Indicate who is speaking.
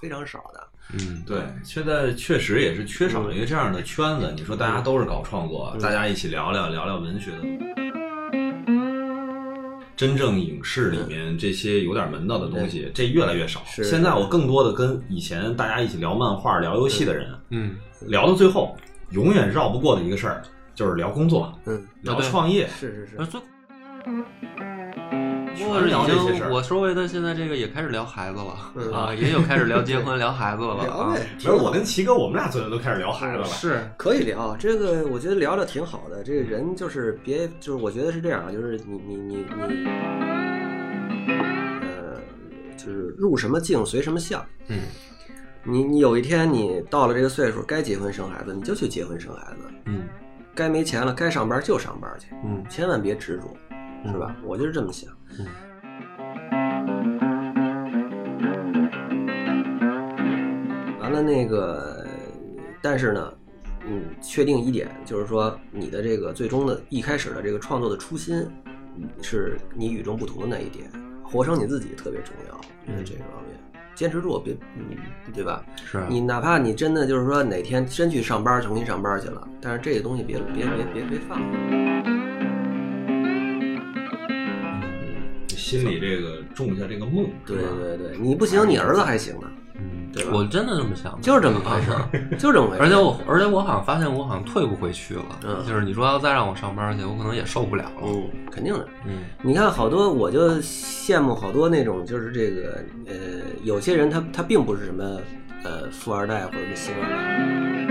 Speaker 1: 非常少的。
Speaker 2: 嗯，对，现在确实也是缺少一个这样的圈子。你说大家都是搞创作，大家一起聊聊聊聊文学的。真正影视里面这些有点门道的东西，这越来越少。
Speaker 1: 是
Speaker 2: 现在我更多的跟以前大家一起聊漫画、聊游戏的人，
Speaker 3: 嗯，
Speaker 2: 聊到最后，永远绕不过的一个事儿就是聊工作、
Speaker 1: 嗯，
Speaker 2: 聊
Speaker 3: 啊对
Speaker 2: 创业。
Speaker 1: 是是是
Speaker 3: 呃，，最不过
Speaker 2: 全
Speaker 3: 已
Speaker 2: 聊这些事
Speaker 3: 经，
Speaker 2: 儿
Speaker 3: 我说为他现在这个也开始聊孩子
Speaker 1: 嗯
Speaker 3: 了啊，也有开始聊结婚、聊孩子了
Speaker 1: 聊
Speaker 3: 啊，
Speaker 1: 呗，
Speaker 2: 不是我跟齐哥，我们俩昨天都开始聊孩子了。
Speaker 3: 是，
Speaker 1: 可以聊这个，我觉得聊聊挺好的。这个人就是别，就是我觉得是这样，啊就是你你你你，呃，就是入什么境随什么相。
Speaker 3: 嗯，
Speaker 1: 你你有一天你到了这个岁数，该结婚生孩子，你就去结婚生孩子；
Speaker 3: 嗯
Speaker 1: 该没钱了，该上班就上班去，
Speaker 3: 嗯
Speaker 1: 千万别执着，是吧？我就是这么想。
Speaker 3: 嗯
Speaker 1: 完了那个，但是呢，嗯，确定一点就是说，你的这个最终的一开始的这个创作的初心，嗯是你与众不同的那一点，活成你自己特别重要，我
Speaker 3: 嗯
Speaker 1: 觉得这个方面。坚持住，别，嗯，对吧？
Speaker 3: 是啊，
Speaker 1: 你哪怕你真的就是说哪天真去上班，重新上班去了，但是这些东西别别别别别放。
Speaker 2: 心里这个种下这个梦，
Speaker 1: 对
Speaker 2: 是吧
Speaker 1: 对对，你不行，你儿子还行呢，
Speaker 3: 嗯
Speaker 1: 对吧
Speaker 3: 我真的这么想的，
Speaker 1: 就是这么回事
Speaker 3: 啊
Speaker 1: 儿，就是这么回事儿。
Speaker 3: 而且我，而且我好像发现我好像退不回去了。
Speaker 1: 嗯
Speaker 3: 就是你说要再让我上班去，我可能也受不了了。
Speaker 1: 嗯，肯定的。
Speaker 3: 嗯
Speaker 1: 你看好多，我就羡慕好多那种，就是这个呃，有些人他他并不是什么呃富二代或者是星二代，